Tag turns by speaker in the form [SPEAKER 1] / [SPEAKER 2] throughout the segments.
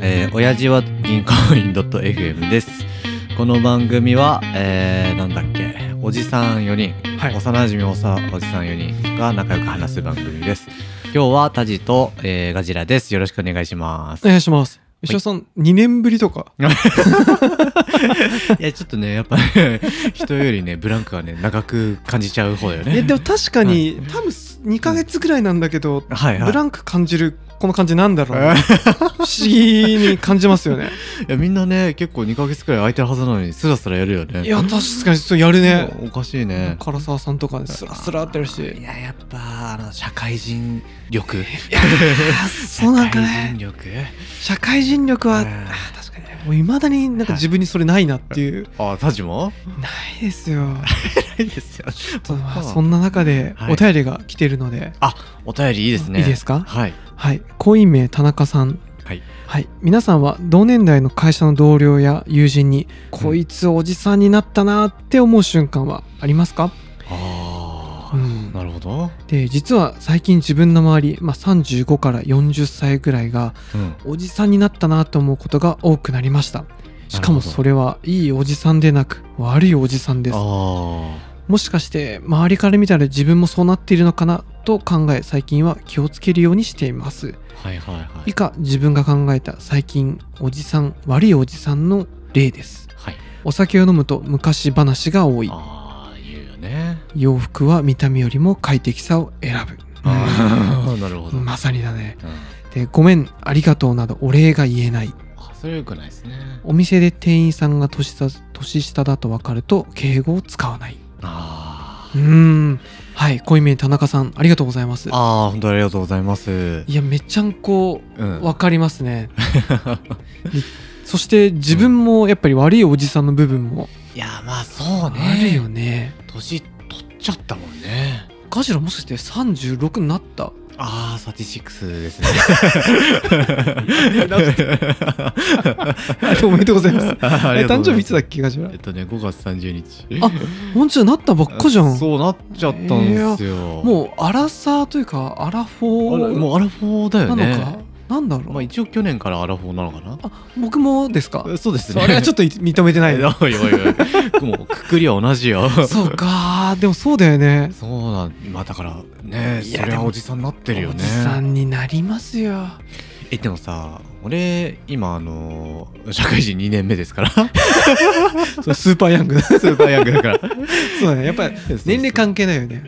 [SPEAKER 1] えー、親父は銀行員 .fm です。この番組は、えー、なんだっけ、おじさん4人、
[SPEAKER 2] はい
[SPEAKER 1] 幼馴染おさおじさん4人が仲良く話す番組です。今日はタジと、えー、ガジラです。よろしくお願いします
[SPEAKER 2] お。願いします。吉田さん、2年ぶりとか。
[SPEAKER 1] いや、ちょっとね、やっぱ、ね、 人よりね、ブランクはね、長く感じちゃう方だよ
[SPEAKER 2] え、
[SPEAKER 1] ね。
[SPEAKER 2] でも確かに、多分2ヶ月ぐらいなんだけど、
[SPEAKER 1] はいはい。
[SPEAKER 2] ブランク感じる、この感じなんだろうな。不思議に感じますよ ね。
[SPEAKER 1] いやみんなね結構2ヶ月くらい空いてるはずなのにスラスラやるよね
[SPEAKER 2] いや、確かにそうやるね。
[SPEAKER 1] おかしいね
[SPEAKER 2] 唐沢さんとかね、スラスラってやるし。
[SPEAKER 1] いややっぱあの社会人力
[SPEAKER 2] あそうなん
[SPEAKER 1] 社
[SPEAKER 2] か
[SPEAKER 1] 会人
[SPEAKER 2] ね、
[SPEAKER 1] 力
[SPEAKER 2] 社会人力は、あ
[SPEAKER 1] うん
[SPEAKER 2] ー確かにね、もういまだになんか自分にそれないなっていう。
[SPEAKER 1] あタジも
[SPEAKER 2] ないで すよ。
[SPEAKER 1] ないですよ
[SPEAKER 2] ちょっとまあそんな中で
[SPEAKER 1] はい
[SPEAKER 2] お便りが来てるので、
[SPEAKER 1] お便りいいですね
[SPEAKER 2] いいですか
[SPEAKER 1] はい
[SPEAKER 2] はい、コイン名田中さん。
[SPEAKER 1] はい
[SPEAKER 2] 皆さんは同年代の会社の同僚や友人に、こいつおじさんになったなって思う瞬間はありますか、
[SPEAKER 1] あ
[SPEAKER 2] う
[SPEAKER 1] あ
[SPEAKER 2] ん
[SPEAKER 1] なるほど
[SPEAKER 2] で実は最近自分の周り、まあ、35から40歳ぐらいが
[SPEAKER 1] うん
[SPEAKER 2] おじさんになったなと思うことが多くなりましたしかも
[SPEAKER 1] なるほど
[SPEAKER 2] それはいいおじさんでなく悪いおじさんです
[SPEAKER 1] あ
[SPEAKER 2] もしかして周りから見たら自分もそうなっているのかなと考え最近は気をつけるようにしています
[SPEAKER 1] あはいはいはい
[SPEAKER 2] 以下自分が考えた最近おじさん悪いおじさんの例です
[SPEAKER 1] はい
[SPEAKER 2] お酒を飲むと昔話が多い
[SPEAKER 1] ああ言うよね
[SPEAKER 2] 洋服は見た目よりも快適さを選
[SPEAKER 1] ああ なるほ
[SPEAKER 2] ぶ
[SPEAKER 1] ど
[SPEAKER 2] まさにだね
[SPEAKER 1] うん
[SPEAKER 2] でごめんありがとうなどお礼が言えない
[SPEAKER 1] あそれよくないですね
[SPEAKER 2] お店で店員さんが年下年下だと分かると敬語を使わない
[SPEAKER 1] あ
[SPEAKER 2] うーんはい濃いめ田中さんありがとうございます
[SPEAKER 1] あああ本当ありがとうございます
[SPEAKER 2] いやめちゃんこ
[SPEAKER 1] うん
[SPEAKER 2] 分かりますね そして自分もやっぱり悪いおじさんの部分も
[SPEAKER 1] いやまあそうね
[SPEAKER 2] あるよね
[SPEAKER 1] 年取っちゃったもんね
[SPEAKER 2] ガジラもしかして36に なった
[SPEAKER 1] ああ、サティシックスです ね。 あ
[SPEAKER 2] おめでとうございますあれ誕生日いつだっ
[SPEAKER 1] け
[SPEAKER 2] けガジラ
[SPEAKER 1] えっとね、5月30日。
[SPEAKER 2] あ本当だなったばっかじゃん
[SPEAKER 1] そうなっちゃったんですよ。う、
[SPEAKER 2] もうアラサーというかアラフォー
[SPEAKER 1] もうアラフォーだ
[SPEAKER 2] な
[SPEAKER 1] よ
[SPEAKER 2] の
[SPEAKER 1] ね。
[SPEAKER 2] か、なんだろう、
[SPEAKER 1] まあ一応去年からアラフォーなのかな
[SPEAKER 2] あ僕もですか、
[SPEAKER 1] そうですね。
[SPEAKER 2] それはちょっ
[SPEAKER 1] っ
[SPEAKER 2] と認めて
[SPEAKER 1] と
[SPEAKER 2] ない
[SPEAKER 1] おいおい おい。もうくくりは同じよ。
[SPEAKER 2] そうかでもそうだよね
[SPEAKER 1] そうなん、まあだからね、
[SPEAKER 2] い
[SPEAKER 1] そ
[SPEAKER 2] や
[SPEAKER 1] れ
[SPEAKER 2] で
[SPEAKER 1] は
[SPEAKER 2] も
[SPEAKER 1] おじさんになってるよ
[SPEAKER 2] お
[SPEAKER 1] ね。
[SPEAKER 2] じさんになりますよ
[SPEAKER 1] えでもさ俺今あの社会人2年目ですから
[SPEAKER 2] そうスーパーヤング そ
[SPEAKER 1] スーパーヤングだから
[SPEAKER 2] うだ ねやっぱり年齢関係ないよね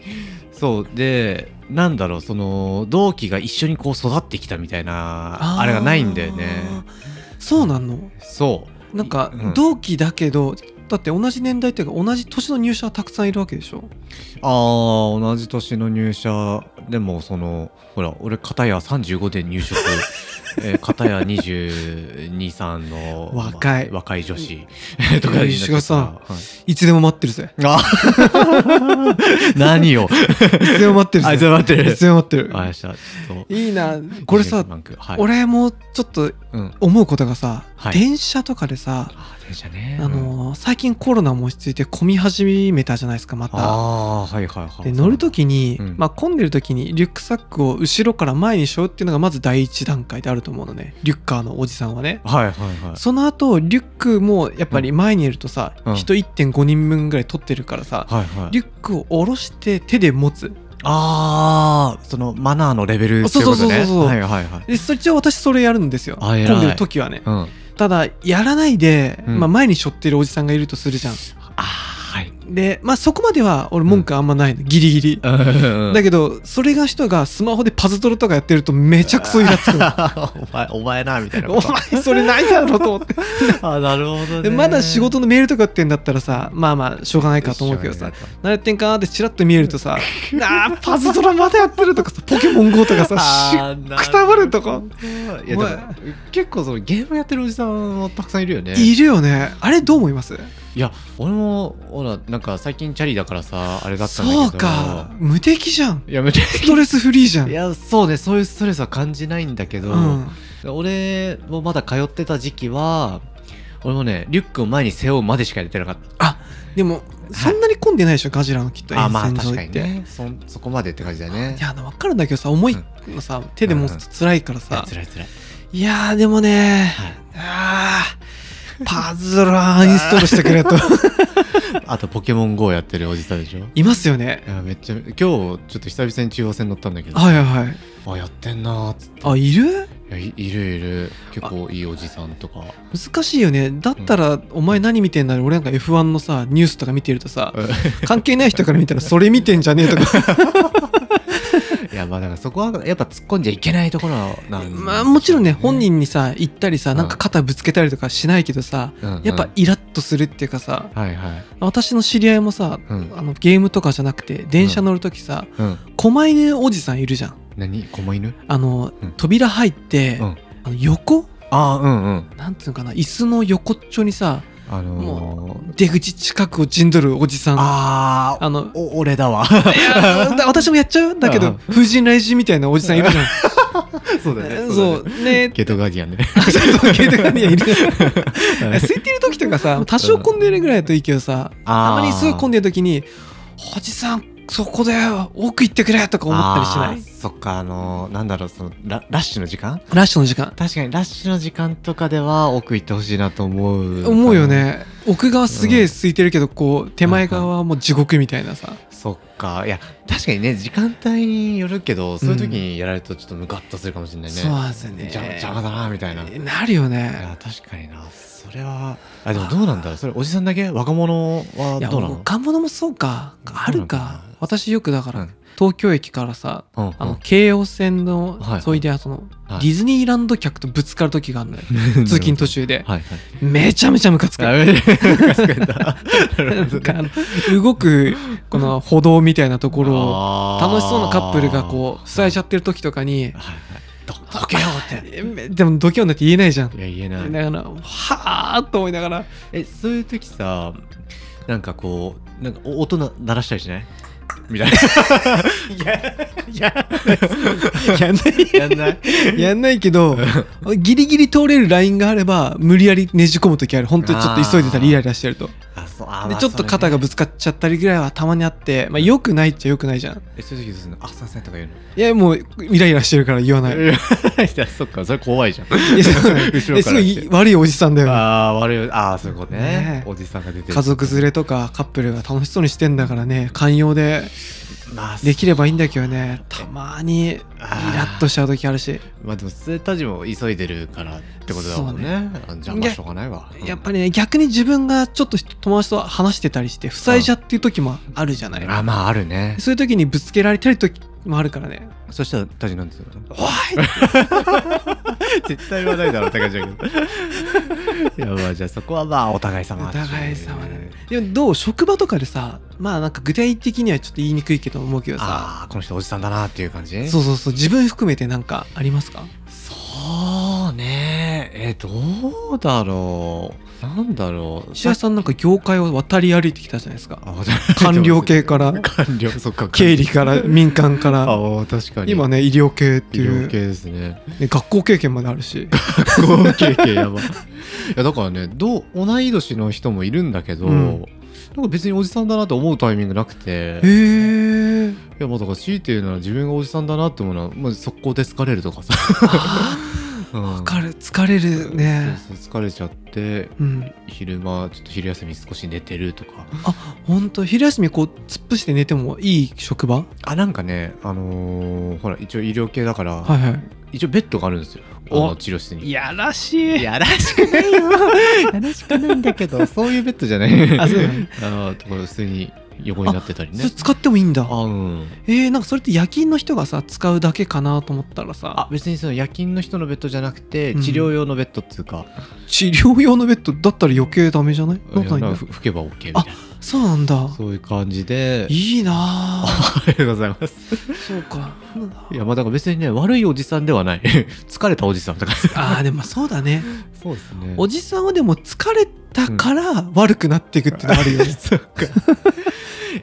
[SPEAKER 1] そうでなんだろうその同期が一緒にこう育ってきたみたいなあれがないんだよね
[SPEAKER 2] そうなの
[SPEAKER 1] そう
[SPEAKER 2] なんか
[SPEAKER 1] うん
[SPEAKER 2] 同期だけど、だって同じ年代っていうか同じ年の入社はたくさんいるわけでしょ
[SPEAKER 1] あー同じ年の入社でもそのほら俺片や35で入 職えー片や223の
[SPEAKER 2] 若い
[SPEAKER 1] まあ若い女 子とかになっちゃった
[SPEAKER 2] 石川さん
[SPEAKER 1] はい
[SPEAKER 2] いつでも待ってるぜ
[SPEAKER 1] あ 何を
[SPEAKER 2] いつでも待って る
[SPEAKER 1] あ、ち
[SPEAKER 2] ぜ
[SPEAKER 1] ょっと待って
[SPEAKER 2] いつ。でも待ってる
[SPEAKER 1] あ、よっしゃ、ちょっと。
[SPEAKER 2] いいなこれさ
[SPEAKER 1] ジェイソンバンク、はい、
[SPEAKER 2] 俺もちょっと
[SPEAKER 1] うん。
[SPEAKER 2] 思うことがさ、
[SPEAKER 1] はい
[SPEAKER 2] 電車とかでさ
[SPEAKER 1] あ、電車ね。
[SPEAKER 2] あ
[SPEAKER 1] うん、
[SPEAKER 2] のー最近コロナも落ち着いて混み始めたじゃないですかまた。
[SPEAKER 1] あーはいはいはい。
[SPEAKER 2] で乗る時に、
[SPEAKER 1] うん
[SPEAKER 2] まあ、混んでる時にリュックサックを後ろから前に背負うっていうのがまず第一段階であると思うのねリュッカーのおじさんはね。
[SPEAKER 1] はいはいはい。
[SPEAKER 2] その後リュックもやっぱり前にいるとさ、
[SPEAKER 1] うん
[SPEAKER 2] 人1.5人分ぐらい取ってるからさ、
[SPEAKER 1] はいはい。
[SPEAKER 2] リュックを下ろして手で持つ
[SPEAKER 1] ああ、そのマナーのレベルっていうことね。
[SPEAKER 2] そうそうそうそうそう
[SPEAKER 1] はいはいはい。
[SPEAKER 2] でそっちは私それやるんですよ
[SPEAKER 1] あ
[SPEAKER 2] 混
[SPEAKER 1] 偉
[SPEAKER 2] ん
[SPEAKER 1] い
[SPEAKER 2] でる時はね
[SPEAKER 1] うん。あ
[SPEAKER 2] ただやらないで、
[SPEAKER 1] うん
[SPEAKER 2] まあ、前に背負ってるおじさんがいるとするじゃん
[SPEAKER 1] あー、はい。
[SPEAKER 2] でまあそこまでは俺文句あんまないの、ギリギリだ
[SPEAKER 1] け
[SPEAKER 2] けどそれが人がスマホでパズドラとかやってるとめちゃくそイラ つくの
[SPEAKER 1] お前、お前な、みたいな
[SPEAKER 2] お前それないだろと思 って
[SPEAKER 1] あなるほど
[SPEAKER 2] で
[SPEAKER 1] ね。
[SPEAKER 2] まだ仕事のメールとかやってんだったらさまあまあしょうがないかと思うけどさ何やってんかなってチラッと見えるとさ 「なあパズドラまだやってる」とかさ「ポケモン GO」とかさし
[SPEAKER 1] あーな
[SPEAKER 2] くたばるとか
[SPEAKER 1] いやでも
[SPEAKER 2] お前
[SPEAKER 1] 結構そのゲームやってるおじさんもたくさんいるよね
[SPEAKER 2] いるよねあれどう思います
[SPEAKER 1] いや俺もほらなんか最近チャリだからさあれだったんだけど
[SPEAKER 2] そうか無敵じゃん
[SPEAKER 1] いやめ ちゃ
[SPEAKER 2] ストレスフリーじゃん
[SPEAKER 1] いやそうねそういうストレスは感じないんだけど、
[SPEAKER 2] うん
[SPEAKER 1] 俺もまだ通ってた時期は俺もねリュックを前に背負うまでしかやってなかっ
[SPEAKER 2] でもそんなに混んでないでしょガジラのきっと
[SPEAKER 1] たあまあ
[SPEAKER 2] 沿線
[SPEAKER 1] 確か
[SPEAKER 2] 沿いっ
[SPEAKER 1] に
[SPEAKER 2] て
[SPEAKER 1] ねそんそこまでって感じだよね
[SPEAKER 2] いや分かるんだけどさ重いのさ手でもつらいから
[SPEAKER 1] いや
[SPEAKER 2] さ
[SPEAKER 1] 辛い辛い
[SPEAKER 2] いやーでもね
[SPEAKER 1] はい
[SPEAKER 2] あーパズドラインストールしてくれ と
[SPEAKER 1] あとポケモン GO やってるおじさんでしょ
[SPEAKER 2] いますよね
[SPEAKER 1] いやめっちゃ今日ちょっと久々に中央線乗ったんだけど
[SPEAKER 2] はいはいはい
[SPEAKER 1] あやってんなーっつって
[SPEAKER 2] あいる
[SPEAKER 1] いやいいるいる結構いいおじさんと か
[SPEAKER 2] 難しいよねだったらお前何見てんだろう俺なんか F1 のさニュースとか見てるとさ
[SPEAKER 1] うん
[SPEAKER 2] 関係ない人から見たらそれ見てんじゃねえ とか
[SPEAKER 1] いやまあだからそこはやっぱ突っ込んじゃいけないところなん
[SPEAKER 2] まあもちろんね本、人にさ言ったりさなんか肩ぶつけたりとかしないけどさ
[SPEAKER 1] うんうん
[SPEAKER 2] やっぱイラッとするっていうかさ
[SPEAKER 1] はいはい
[SPEAKER 2] 私の知り合いもさ
[SPEAKER 1] うん
[SPEAKER 2] あのゲームとかじゃなくて電車乗る時さ
[SPEAKER 1] うん
[SPEAKER 2] 狛犬おじさんいるじゃん
[SPEAKER 1] 何狛犬
[SPEAKER 2] あの
[SPEAKER 1] うん
[SPEAKER 2] 扉入って、
[SPEAKER 1] うん
[SPEAKER 2] あの横
[SPEAKER 1] ああうんうん
[SPEAKER 2] なんていうのかな椅子の横っちょにさ
[SPEAKER 1] あの
[SPEAKER 2] も
[SPEAKER 1] ー
[SPEAKER 2] う出口近くを陣取るおじさん
[SPEAKER 1] あ
[SPEAKER 2] あ
[SPEAKER 1] あ
[SPEAKER 2] の
[SPEAKER 1] お俺だわ
[SPEAKER 2] いやだ私もやっちゃうだけ
[SPEAKER 1] う
[SPEAKER 2] ど
[SPEAKER 1] ん
[SPEAKER 2] 風神雷神みたいなおじさんいるじゃん
[SPEAKER 1] そう
[SPEAKER 2] そうね
[SPEAKER 1] ゲートガー ディアンね
[SPEAKER 2] そうゲートガーディアンい るじゃん空いてる時と かさ多少混んでるぐらいだといいけどさあまりすごい混ん
[SPEAKER 1] で
[SPEAKER 2] でる時に「おじさんそこだよ奥行ってくれ」とか思ったりしない
[SPEAKER 1] そっかあのーなんだろうそのララッシュの時間
[SPEAKER 2] ラッシュの時間
[SPEAKER 1] 確かにラッシュの時間とかでは奥行ってほしいなと思う
[SPEAKER 2] 思うよね奥側すげえ空いてるけどこう手前側はもう地獄みたいなさ
[SPEAKER 1] そっかいや確かにね時間帯によるけどそういう時にやられるとちょっとムカッとするかもしれないね、
[SPEAKER 2] そうなんですよね
[SPEAKER 1] 邪邪魔だなみたいな、い
[SPEAKER 2] なるよね
[SPEAKER 1] や確かになそれはあでもどうなんだろうそれおじさんだけ若者はい
[SPEAKER 2] や
[SPEAKER 1] どうなの
[SPEAKER 2] 若者もそうかある
[SPEAKER 1] どうなの
[SPEAKER 2] か
[SPEAKER 1] かな
[SPEAKER 2] 私よくだか
[SPEAKER 1] う
[SPEAKER 2] ら
[SPEAKER 1] ん
[SPEAKER 2] 東京駅からさ
[SPEAKER 1] うんうん
[SPEAKER 2] あの京王線の
[SPEAKER 1] はいはい
[SPEAKER 2] そいでそのデ
[SPEAKER 1] はい
[SPEAKER 2] ィズニーランド客とぶつかる時が あるのよ通勤途中で
[SPEAKER 1] はいはい
[SPEAKER 2] めちゃめちゃムカつく
[SPEAKER 1] あめムカつくんだ
[SPEAKER 2] なんかあの動くこの歩道みたいなと ころを楽しそうなカップルがこう塞いじゃってる時とか
[SPEAKER 1] う
[SPEAKER 2] に
[SPEAKER 1] はいはいどどけよって
[SPEAKER 2] えでも度胸なんて言えないじゃん
[SPEAKER 1] いや言えない
[SPEAKER 2] だからはあと思いながら
[SPEAKER 1] えそういう時さなんかこうなんかお音な鳴らしたりしないみたいないや
[SPEAKER 2] や
[SPEAKER 1] や
[SPEAKER 2] んな
[SPEAKER 1] んない
[SPEAKER 2] いやんない けどギリギリ通れるラインがあれば無理やりねじ込む時ある本当にちょっと急いでたりイライラしてると
[SPEAKER 1] あそうあ
[SPEAKER 2] で
[SPEAKER 1] まあ
[SPEAKER 2] ちょっと肩がぶつかっちゃったりぐらいはたまにあってまあ良くないっちゃ良くないじゃん
[SPEAKER 1] それねえそういう時どうするのあすいませんとか言うの
[SPEAKER 2] いやもうイライラしてるから 言わないい
[SPEAKER 1] いやいやそっかそれ怖いじゃん
[SPEAKER 2] やそ
[SPEAKER 1] 後
[SPEAKER 2] う
[SPEAKER 1] ろから来て
[SPEAKER 2] えすごい悪いおじさんだよね
[SPEAKER 1] ああー悪いああそういうことね
[SPEAKER 2] ねえ
[SPEAKER 1] おじさんが出てる
[SPEAKER 2] 家族連れとかカップルが楽しそうにしてんだからね寛容で
[SPEAKER 1] まあ
[SPEAKER 2] できればいいんだ
[SPEAKER 1] ど
[SPEAKER 2] けどねたまにイラッとしちゃう時あるし
[SPEAKER 1] まあでもそれたちも急いでるからってことだもんねあじゃあまあしょうがないわ
[SPEAKER 2] やっぱりね逆に自分がちょっと友達と話してたりして塞いじゃっていう時もあるじゃない、
[SPEAKER 1] あまあある ね
[SPEAKER 2] そういう時にぶつけられてる時もあるからね
[SPEAKER 1] そしたらたちなんですよ
[SPEAKER 2] 「おい!」
[SPEAKER 1] 絶対言わないだろう高橋君 いやまあじゃあそこはまあお互い様
[SPEAKER 2] お互い様だねでもどう職場とかでさまあなんか具体的にはちょっと言いにくいけど思うけどさ
[SPEAKER 1] ああこの人おじさんだなっていう感じ
[SPEAKER 2] そうそうそう自分含めてなんかありますか
[SPEAKER 1] そうねえどうだろうなんだろう
[SPEAKER 2] 石原さんなんか業界を渡り歩いてきたじゃないですか
[SPEAKER 1] あ
[SPEAKER 2] 官僚系から
[SPEAKER 1] 官僚そっか
[SPEAKER 2] 経 理から民間か
[SPEAKER 1] あ
[SPEAKER 2] ら
[SPEAKER 1] あ確かに
[SPEAKER 2] 今ね医療系って
[SPEAKER 1] 医
[SPEAKER 2] いう
[SPEAKER 1] 療系ですね
[SPEAKER 2] ね、学校経験まであるし
[SPEAKER 1] 合計系や ばいいやだからねどう同い年の人もいるんだけど、
[SPEAKER 2] うん
[SPEAKER 1] なんか別におじさんだなと思うタイミングなくて
[SPEAKER 2] へえ
[SPEAKER 1] いやまあだから強いて言うなら自分がおじさんだなって思うのは、まあ、速攻で疲れるとかさ、うん
[SPEAKER 2] わかる疲れるね
[SPEAKER 1] そうそう疲れちゃって
[SPEAKER 2] うん
[SPEAKER 1] 昼間ちょっと昼休み少し寝てるとか
[SPEAKER 2] あ本当昼休みこう突っ伏して寝てもいい職場は
[SPEAKER 1] あなんかねあのーほら一応医療系だから、
[SPEAKER 2] いは
[SPEAKER 1] 一応ベッドがあるんですよあ
[SPEAKER 2] お
[SPEAKER 1] の治療室に
[SPEAKER 2] いやらしい
[SPEAKER 1] やらしくない よやらしくないんだけど そういうベッドじゃない
[SPEAKER 2] あそうな
[SPEAKER 1] あ
[SPEAKER 2] の
[SPEAKER 1] のところ普通に横になってたり
[SPEAKER 2] そ
[SPEAKER 1] ね
[SPEAKER 2] れ使ってもいいんだ
[SPEAKER 1] あうん
[SPEAKER 2] えー、なんかそれって夜勤の人がさ使うだけかなと思ったら
[SPEAKER 1] あ
[SPEAKER 2] さ
[SPEAKER 1] 別にその夜勤の人のベッドじゃなくて
[SPEAKER 2] うん
[SPEAKER 1] 治療用のベッドっつうか、
[SPEAKER 2] 治療用のベッドだったら余計ダメじゃないなんかないんだ
[SPEAKER 1] ふ吹けば OK みたい
[SPEAKER 2] そうなんだ
[SPEAKER 1] なそういう感じで
[SPEAKER 2] いいな あ
[SPEAKER 1] ありがとうございます
[SPEAKER 2] そうか
[SPEAKER 1] いやまあだから別にね悪いおじさんではない 疲れたおじさんとか
[SPEAKER 2] あ ーでもまあそうだね
[SPEAKER 1] そうですね
[SPEAKER 2] おじさんはでも疲れたから悪くなっていくってのあるよ ね
[SPEAKER 1] そっか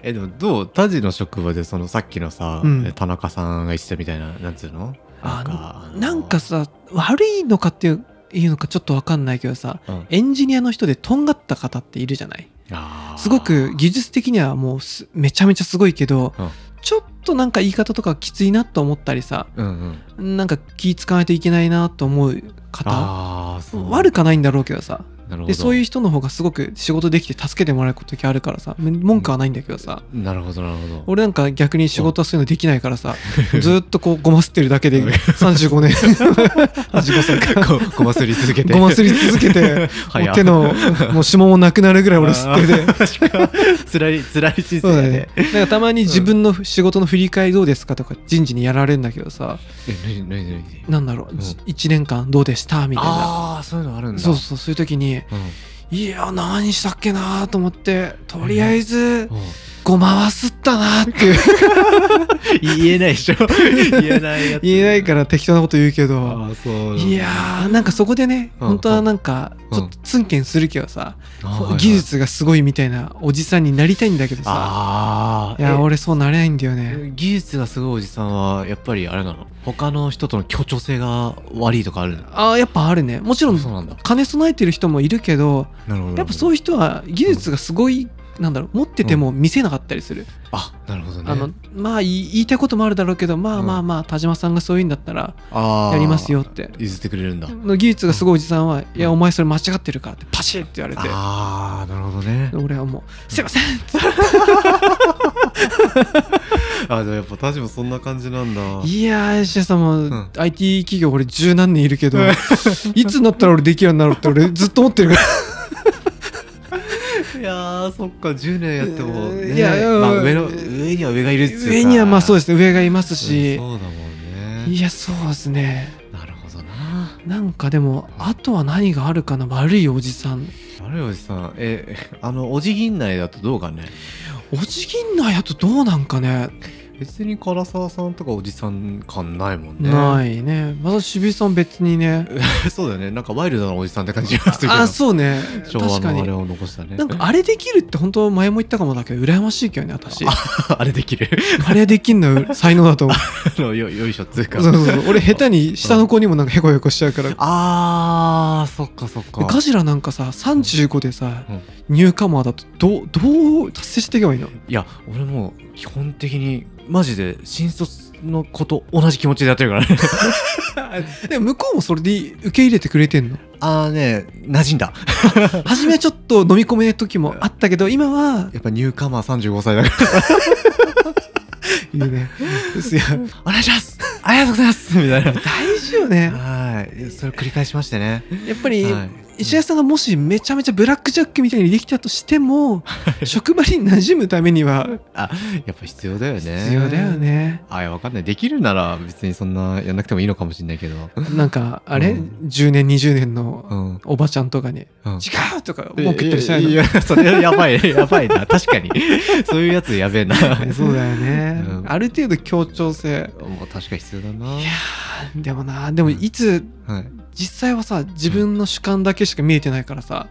[SPEAKER 1] えでもどうタジの職場でそのさっきのさ、
[SPEAKER 2] うん
[SPEAKER 1] 田中さんが言ってたみたいななんつうの
[SPEAKER 2] あ
[SPEAKER 1] かあの
[SPEAKER 2] なんかさ悪いのかっていういうのかちょっとわかんないけどさ
[SPEAKER 1] うん
[SPEAKER 2] エンジニアの人でとんがった方っているじゃない
[SPEAKER 1] あー
[SPEAKER 2] すごく技術的にはもうすめちゃめちゃすごいけど、
[SPEAKER 1] うん
[SPEAKER 2] ちょっとなんか言い方とかきついなと思ったりさ
[SPEAKER 1] うんうん
[SPEAKER 2] なんか気使わないといけないなと思う方
[SPEAKER 1] ああそう
[SPEAKER 2] 悪くはないんだろうけどさ
[SPEAKER 1] なるほど
[SPEAKER 2] でそういう人の方がすごく仕事できて助けてもらう時あるからさ文句はないんだけどさ
[SPEAKER 1] なるほどなるほど
[SPEAKER 2] 俺なんか逆に仕事はそういうのできないか らさずーっとこうごますってるだけで35年85歳か
[SPEAKER 1] ごごますり続けて
[SPEAKER 2] ごますり続け ても
[SPEAKER 1] 早
[SPEAKER 2] う手のもう指紋もなくなるぐらい俺吸ってて
[SPEAKER 1] あー確かにつらいつらい人
[SPEAKER 2] そう
[SPEAKER 1] 生
[SPEAKER 2] だ
[SPEAKER 1] で、
[SPEAKER 2] ね。なんかたまに自分の仕事の振り返りどうですかとか人事にやられるんだけどさ、
[SPEAKER 1] え何何何何
[SPEAKER 2] なんだろう、
[SPEAKER 1] うん
[SPEAKER 2] 1年間どうでしたみたいな。
[SPEAKER 1] ああそういうのあるんだ
[SPEAKER 2] そうそう、そういう時に、
[SPEAKER 1] うん、
[SPEAKER 2] いや、何したっけなと思って、とりあえず、
[SPEAKER 1] うん
[SPEAKER 2] ごまはすったなっていう。
[SPEAKER 1] 言えないで しょ言えないやつ
[SPEAKER 2] 言えないから適当なこと言うけど、
[SPEAKER 1] ああそう
[SPEAKER 2] いやー、なんかそこでね、
[SPEAKER 1] うん
[SPEAKER 2] 本当はなんか、ちょっとツンケンするけどさ、
[SPEAKER 1] あ
[SPEAKER 2] 技術がすごいみたいなおじさんになりたいんだけどさ、
[SPEAKER 1] ああ
[SPEAKER 2] いや、
[SPEAKER 1] え
[SPEAKER 2] 俺そうなれないんだよね。
[SPEAKER 1] 技術がすごいおじさんはやっぱりあれなの他の人との協調性が悪いとかあるの
[SPEAKER 2] ああ、やっぱあるね。もちろん
[SPEAKER 1] そうなんだ
[SPEAKER 2] 兼ね備えてる人もいるけど
[SPEAKER 1] なるほど
[SPEAKER 2] やっぱそ
[SPEAKER 1] い
[SPEAKER 2] う
[SPEAKER 1] う
[SPEAKER 2] いう人は技術がすごい、なんだろう持ってても見せなかったりする、
[SPEAKER 1] あなるほどね
[SPEAKER 2] あのまあ言い言いたいこともあるだろうけどまあまあまあ田島さんがそういうんだったら
[SPEAKER 1] あー
[SPEAKER 2] やりますよって
[SPEAKER 1] 譲ってくれるんだ
[SPEAKER 2] の技術がすごいおじさんは「いやお前それ間違ってるから」ってパシッって言われて
[SPEAKER 1] ああなるほどね
[SPEAKER 2] 俺はもう「すいません!」
[SPEAKER 1] あでもやっぱ田島そんな感じなんだ
[SPEAKER 2] いやー石田さんも、
[SPEAKER 1] ん
[SPEAKER 2] IT 企業俺十何年いるけど いつになったら俺できるようになるって俺ずっと思って るから
[SPEAKER 1] いやーそっか10年やっても、ね、
[SPEAKER 2] いやいや
[SPEAKER 1] まあ、上の上には上がいるっつうか
[SPEAKER 2] 上にはまあそう
[SPEAKER 1] で
[SPEAKER 2] ですね上がいます
[SPEAKER 1] す
[SPEAKER 2] し
[SPEAKER 1] そうだもんね
[SPEAKER 2] いやそうですね
[SPEAKER 1] なるほどな
[SPEAKER 2] なんかでもあとは何があるかな悪いおじさん
[SPEAKER 1] あれおじさんえ あのおじぎん内だとどうかね
[SPEAKER 2] おじぎんないやとどうなんかね
[SPEAKER 1] 別に唐沢さんとかおじさん感ないもんね
[SPEAKER 2] ないいねまだ渋井さん別にね
[SPEAKER 1] そうだよねなんかワイルドなおじさんって感じがするけど
[SPEAKER 2] あそうね
[SPEAKER 1] 昭和
[SPEAKER 2] 確か
[SPEAKER 1] のあれ
[SPEAKER 2] に
[SPEAKER 1] を残したね
[SPEAKER 2] なんかあれできるって本当前も言ったかもだけど羨ましいけどね私あ
[SPEAKER 1] あれできる
[SPEAKER 2] れできんの才能だと思う
[SPEAKER 1] あのよよいしょっつ うか
[SPEAKER 2] そうそうそう 俺下手に下の子にもなんかヘコヘコしちゃうから
[SPEAKER 1] あーそっかそっか
[SPEAKER 2] ガジラなんかさ35でさ、
[SPEAKER 1] うん
[SPEAKER 2] ニューカマーだとどうどう達成していけばいいの
[SPEAKER 1] いや俺もう基本的にマジで新卒の子と同じ気持ちでやってるからね
[SPEAKER 2] でも向こうもそれで受け入れてくれてん の
[SPEAKER 1] ああね馴染んだ
[SPEAKER 2] 初めはちょっと飲み込めない時もあったけど今は
[SPEAKER 1] やっぱニューカマー35歳だから
[SPEAKER 2] い いねですよ
[SPEAKER 1] お 願いしますありがとうございますみたいな
[SPEAKER 2] 大事よね
[SPEAKER 1] はいそれを繰り返しましてね
[SPEAKER 2] やっぱり、
[SPEAKER 1] はい
[SPEAKER 2] 石田さんがもしめちゃめちゃブラックジャックみたいにできたとしても職場に馴染むためには
[SPEAKER 1] やっぱ必要だよね
[SPEAKER 2] 必要だよね、
[SPEAKER 1] あいやわかんないできるなら別にそんなやんなくてもいいのかもしれないけど
[SPEAKER 2] なんかあれ、
[SPEAKER 1] うん
[SPEAKER 2] 10年20年
[SPEAKER 1] う
[SPEAKER 2] の
[SPEAKER 1] ん、うん、
[SPEAKER 2] おばちゃんとかに「違う!」とか文句言ったりしないの
[SPEAKER 1] いやいやそれやばいやばいな確かにそういうやつやべえ な
[SPEAKER 2] そうだよね、
[SPEAKER 1] うん
[SPEAKER 2] ある程度協調性
[SPEAKER 1] もう確か必要だない
[SPEAKER 2] やーでもなでもいつ
[SPEAKER 1] はい、うん
[SPEAKER 2] 実際はさ自分の主観だけしか見えてないからさ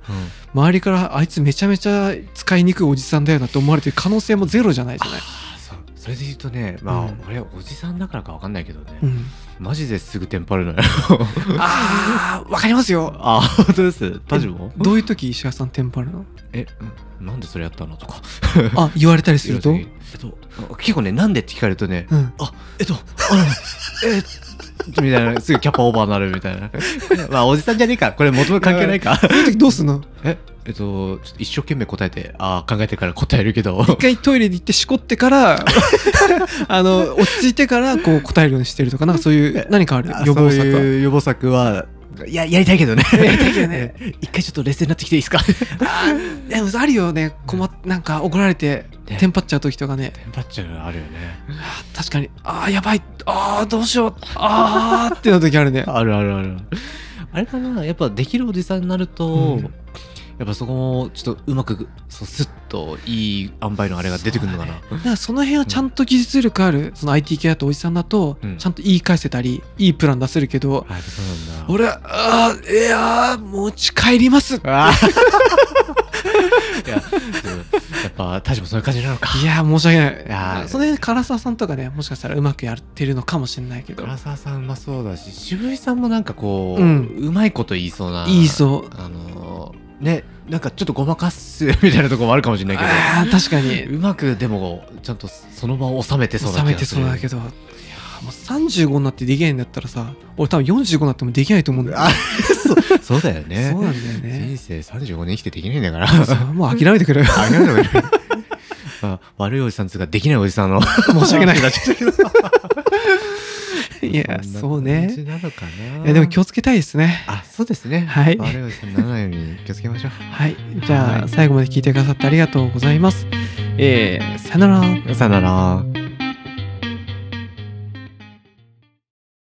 [SPEAKER 2] 周りからあいつめちゃめちゃ使いにくいおじさんだよなって思われてる可能性もゼロじゃないじゃない、
[SPEAKER 1] あーそうそれで言うとねまあ、
[SPEAKER 2] うん
[SPEAKER 1] 俺おじさんだからかわかんないけどね、
[SPEAKER 2] うん、
[SPEAKER 1] マジですぐテンパるのよ
[SPEAKER 2] あーわかりますよ
[SPEAKER 1] あ本当ですタジも
[SPEAKER 2] どういう時石川さんテンパるの
[SPEAKER 1] えうんなんでそれやったのとか
[SPEAKER 2] あ言われたりする と、
[SPEAKER 1] えっと結構ねなんでって聞かれるとね、
[SPEAKER 2] うん、
[SPEAKER 1] あえっとあのえっとみたいなすぐキャパオーバーになるみたいな まあおじさんじゃねえかこれもともと関係ないか
[SPEAKER 2] そういう時どうすんの
[SPEAKER 1] ええっとちょっと一生懸命答えてああ考えてから答えるけど
[SPEAKER 2] 一回トイレに行ってしこってから あの落ち着いてからこう答えるようにしてるとかなんかそういう何かある
[SPEAKER 1] あ
[SPEAKER 2] 予防
[SPEAKER 1] そう
[SPEAKER 2] 策は
[SPEAKER 1] いう予防策はいややりたいけどね やりたいけどね一回ちょっと冷静になってきていいですか
[SPEAKER 2] でもあるよね困っなんか怒られて
[SPEAKER 1] ね
[SPEAKER 2] テンパっちゃう時とかね
[SPEAKER 1] テンパっちゃうのあるよね
[SPEAKER 2] あー確かにああやばいああどうしようああってな時あるね
[SPEAKER 1] あるあるあるあれかなやっぱできるおじさんになると、
[SPEAKER 2] うん
[SPEAKER 1] やっぱそこもちょっとうまくそうスッといい塩梅のあれが出てくるのかな
[SPEAKER 2] だからその辺はちゃんと技術力あるその IT 系だとおじさんだと
[SPEAKER 1] うん
[SPEAKER 2] ちゃんと言い返せたりいいプラン出せるけど
[SPEAKER 1] あそうなんだ
[SPEAKER 2] 俺はああいやー持ち帰ります
[SPEAKER 1] あー いやそうやっぱ大丈夫そういう感じなのか
[SPEAKER 2] いやー申し訳ない
[SPEAKER 1] いやー
[SPEAKER 2] その辺唐沢さんとかねもしかしたらうまくやってるのかもしれないけど
[SPEAKER 1] 唐沢さんうまそうだし渋井さんもなんかこう、
[SPEAKER 2] う
[SPEAKER 1] うんまいこと言いそうな
[SPEAKER 2] 言いそう
[SPEAKER 1] あのーねなんかちょっとごまかすみたいなとこもあるかもしれないけ
[SPEAKER 2] あー確かに
[SPEAKER 1] どうまくでもちゃんとその場を収めてそうな
[SPEAKER 2] 収
[SPEAKER 1] 気がする
[SPEAKER 2] めてそうだけどいやもう35になってできないんだったらさ俺多分45になってもできないと思うんだよ
[SPEAKER 1] あそうだよね
[SPEAKER 2] そうなんだよね
[SPEAKER 1] 人生35年生きてできないんだから
[SPEAKER 2] そうもう諦めてく れよ
[SPEAKER 1] ありがとうございますあ悪いおじさんつうかできないおじさんの申
[SPEAKER 2] し訳な い
[SPEAKER 1] だけど
[SPEAKER 2] いやそうね
[SPEAKER 1] なのかない
[SPEAKER 2] やでも気をつけたいですね
[SPEAKER 1] あそうですね
[SPEAKER 2] はい
[SPEAKER 1] 悪いおじさんにならないように気をつけましょう
[SPEAKER 2] はいじゃ
[SPEAKER 1] は
[SPEAKER 2] あ
[SPEAKER 1] い
[SPEAKER 2] 最後まで聞いてくださってありがとうございますえー、さよなら
[SPEAKER 1] さよなら